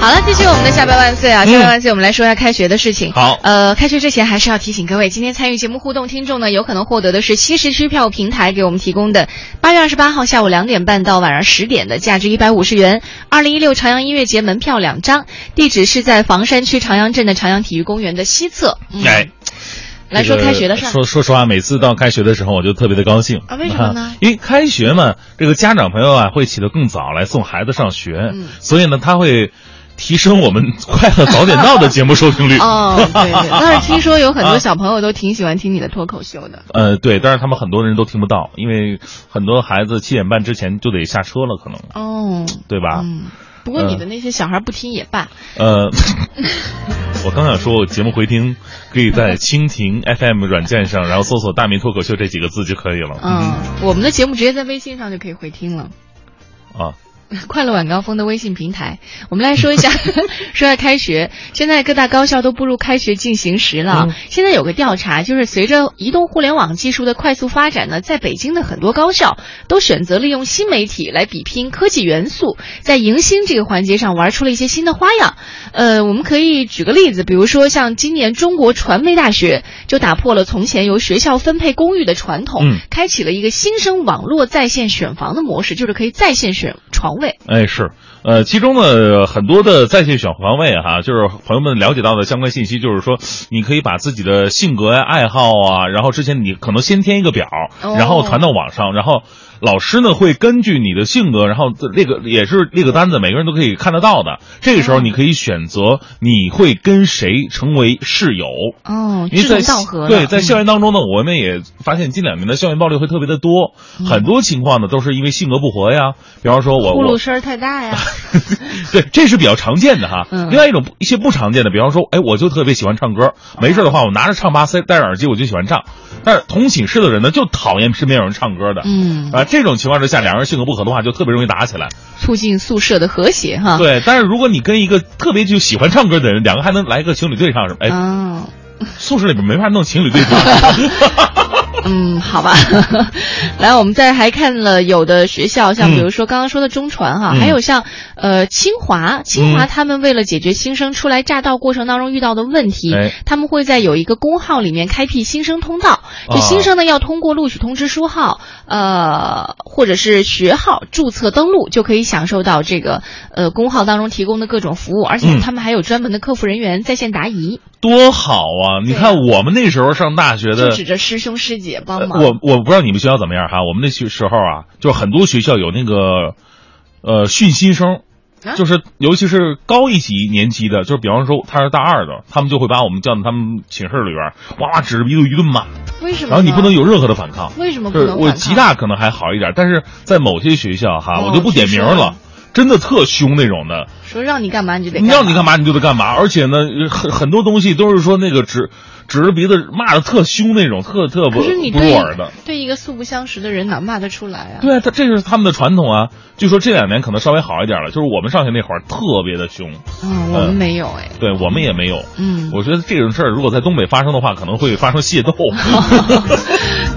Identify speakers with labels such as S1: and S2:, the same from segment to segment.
S1: 好了，继续我们的下班万岁啊！下班万岁，我们来说一下开学的事情。
S2: 嗯好
S1: 呃，开学之前还是要提醒各位，今天参与节目互动听众呢，有可能获得的是西石支票平台给我们提供的八月二十八号下午两点半到晚上十点的价值一百五十元二零一六朝阳音乐节门票两张，地址是在房山区朝阳镇的朝阳体育公园的西侧。嗯
S2: 哎，
S1: 来说开学的事儿。
S2: 说说实话，每次到开学的时候，我就特别的高兴
S1: 啊为什么呢
S2: 因为开学嘛，这个家长朋友啊会起得更早来送孩子上学，
S1: 嗯
S2: 所以呢，他会提升我们 《快乐早点到》的节目收听率。
S1: 哦，对对，但是听说有很多小朋友都挺喜欢听你的脱口秀的。
S2: 呃，对，但是他们很多人都听不到，因为很多孩子七点半之前就得下车了，可能
S1: 哦，
S2: 对吧？
S1: 嗯，不过你的那些小孩不听也罢。
S2: 呃， 我刚想说，我节目回听可以在蜻蜓 FM 软件上，然后搜索“大明脱口秀”这几个字就可以了。
S1: 嗯，我们的节目直接在微信上就可以回听了。
S2: 啊，
S1: 快乐晚高峰的微信平台，我们来说一下， 说一下开学。现在各大高校都步入开学进行时了啊。
S2: 嗯
S1: 现在有个调查，就是随着移动互联网技术的快速发展呢，在北京的很多高校都选择利用新媒体来比拼科技元素，在迎新这个环节上玩出了一些新的花样。呃，我们可以举个例子，比如说像今年中国传媒大学就打破了从前由学校分配公寓的传统，
S2: 嗯
S1: 开启了一个新生网络在线选房的模式，就是可以在线选床位。
S2: 哎是，呃，其中呢很多的在线选房位哈、就是朋友们了解到的相关信息，就是说你可以把自己的性格呀、爱好啊，然后之前你可能先填一个表，
S1: 哦
S2: 然后传到网上，然后老师呢会根据你的性格，然后那个也是那个单子，每个人都可以看得到的。这个时候你可以选择你会跟谁成为室友。
S1: 哦，
S2: 因为
S1: 志同
S2: 在
S1: 道合了。
S2: 对，在
S1: 嗯
S2: 校园当中呢，我们也发现近两年的校园暴力会特别的多，
S1: 嗯
S2: 很多情况呢都是因为性格不合呀，比方说我
S1: 呼
S2: 我
S1: 噜声儿太大呀。
S2: 对，这是比较常见的哈。
S1: 嗯
S2: 另外一种不一些不常见的，比方说，哎，我就特别喜欢唱歌，没事的话，我拿着唱吧塞戴着耳机，我就喜欢唱。但是同寝室的人呢，就讨厌身边有人唱歌的。
S1: 嗯，
S2: 啊，这种情况之下，两人性格不合的话，就特别容易打起来。
S1: 促进宿舍的和谐哈。
S2: 对，但是如果你跟一个特别就喜欢唱歌的人，两个还能来一个情侣对唱什么？哎，
S1: 哦
S2: 宿舍里面没法弄情侣对 唱。
S1: 嗯，好吧。 来，我们再还看了有的学校，像
S2: 嗯
S1: 比如说刚刚说的中传哈，
S2: 嗯
S1: 还有像呃清华，清华
S2: 嗯
S1: 他们为了解决新生初来乍到过程当中遇到的问题，
S2: 哎
S1: 他们会在有一个公号里面开辟新生通道。这
S2: 啊
S1: 新生呢要通过录取通知书号，呃或者是学号注册登录，就可以享受到这个呃公号当中提供的各种服务，而且
S2: 嗯
S1: 他们还有专门的客服人员在线答疑，
S2: 多好啊！你
S1: 对
S2: 看我们那时候上大学的，
S1: 就指着师兄师姐帮忙。
S2: 呃我我不知道你们学校怎么样哈，我们那学时候啊，就是很多学校有那个，呃，训新生
S1: 啊。
S2: 就是，尤其是高一级年级的，就是比方说他是大二的，他们就会把我们叫到他们寝室里边儿，哇哇指着鼻子一顿骂，
S1: 为什么？
S2: 然后你不能。有任何的反抗。
S1: 为什么不
S2: 就是
S1: 能
S2: 我
S1: 反
S2: 吉
S1: 抗？
S2: 大可能还好一点，但是在某些学校哈，
S1: 哦
S2: 我就不点名
S1: 是是
S2: 了，真的特凶那种的。
S1: 说让你干嘛你就得
S2: 你
S1: 干
S2: 让你干嘛你就得干嘛，而且呢，很很多东西都是说那个指指着鼻子骂的特凶那种，特特不
S1: 可是你
S2: 不
S1: 对
S2: 入耳的。
S1: 对一个素不相识的人哪骂得出来啊？
S2: 对啊，他这就是他们的传统啊。据说这两年可能稍微好一点了，就是我们上学那会儿特别的凶，
S1: 嗯，我们没有哎。
S2: 对我们也没有。
S1: 嗯，
S2: 我觉得这种事儿如果在东北发生的话，可能会发生械斗。
S1: 哦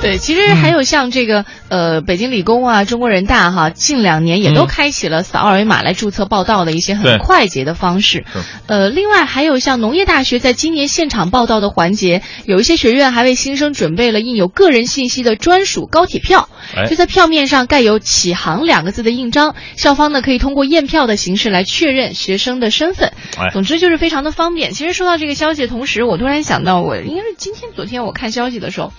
S1: 对，其
S2: 嗯
S1: 实还有像这个呃，北京理工啊，中国人大哈，近两年也都
S2: 嗯
S1: 开启了扫二维码来注册报到的一些很
S2: 对
S1: 快捷的方式
S2: 是。
S1: 呃，另外还有像农业大学在今年现场报到的环节，有一些学院还为新生准备了印有个人信息的专属高铁票，
S2: 哎
S1: 就在票面上盖有“启航”两个字的印章，校方呢可以通过验票的形式来确认学生的身份。
S2: 哎
S1: 总之就是非常的方便。其实说到这个消息的同时，我突然想到，我应该是今天、昨天我看消息的时候，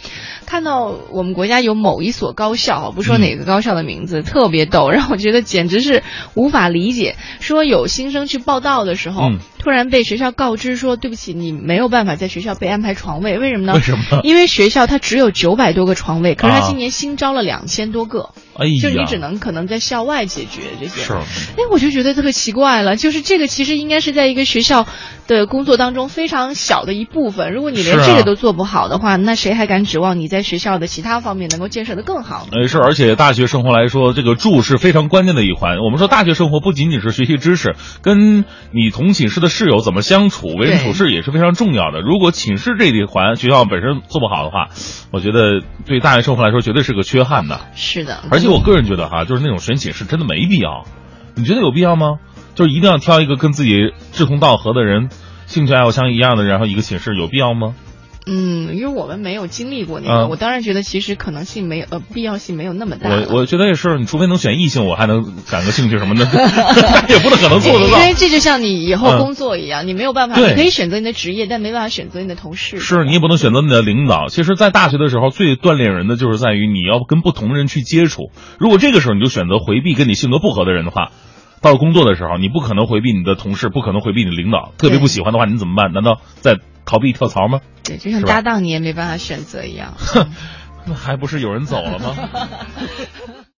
S1: 看到我们国家有某一所高校，不说哪个高校的名
S2: 嗯
S1: 字，特别逗，让我觉得简直是无法理解。说有新生去报到的时候，
S2: 嗯
S1: 突然被学校告知说，对不起，你没有办法在学校被安排床位，为什么呢？
S2: 为什么呢
S1: 因为学校它只有九百多个床位，可是它
S2: 啊
S1: 今年新招了两千多个，
S2: 哎
S1: 就你
S2: 呀，
S1: 只能可能在校外解决这些。
S2: 是
S1: 哎，我就觉得特别奇怪了，就是这个其实应该是在一个学校的工作当中非常小的一部分。如果你连
S2: 是啊
S1: 这个都做不好的话，那谁还敢指望你在学校的其他方面能够建设得更好呢？
S2: 呃，是，而且大学生活来说，这个住是非常关键的一环。我们说，大学生活不仅仅是学习知识，跟你同寝室的室友怎么相处、为人处事也是非常重要的。如果寝室这一环学校本身做不好的话，我觉得对大学生活来说绝对是个缺憾的。
S1: 是的，
S2: 而且我个人觉得哈，就是那种选寝室真的没必要。你觉得有必要吗？就是一定要挑一个跟自己志同道合的人，兴趣爱好相一样的，然后一个寝室，有必要吗？
S1: 嗯，因为我们没有经历过那个，
S2: 嗯
S1: 我当然觉得其实可能性没有，呃，必要性没有那么大了。
S2: 我我觉得也是，你除非能选异性，我还能感个兴趣 什么的， 也不可能做得到
S1: 因。为这就像你以后
S2: 嗯
S1: 工作一样，你没有办法，
S2: 对
S1: 你可以选择你的职业，但没办法选择你的同事。
S2: 是你也不能选择你的领导。其实，在大学的时候，最锻炼人的就是在于你要跟不同人去接触。如果这个时候你就选择回避跟你性格不合的人的话，到了工作的时候，你不可能回避你的同事，不可能回避你的领导。特别
S1: 对
S2: 不喜欢的话，你怎么办？难道在逃避跳槽吗？
S1: 对，就像
S2: 是吧
S1: 搭档你也没办法选择一样。
S2: 那还不是有人走了吗？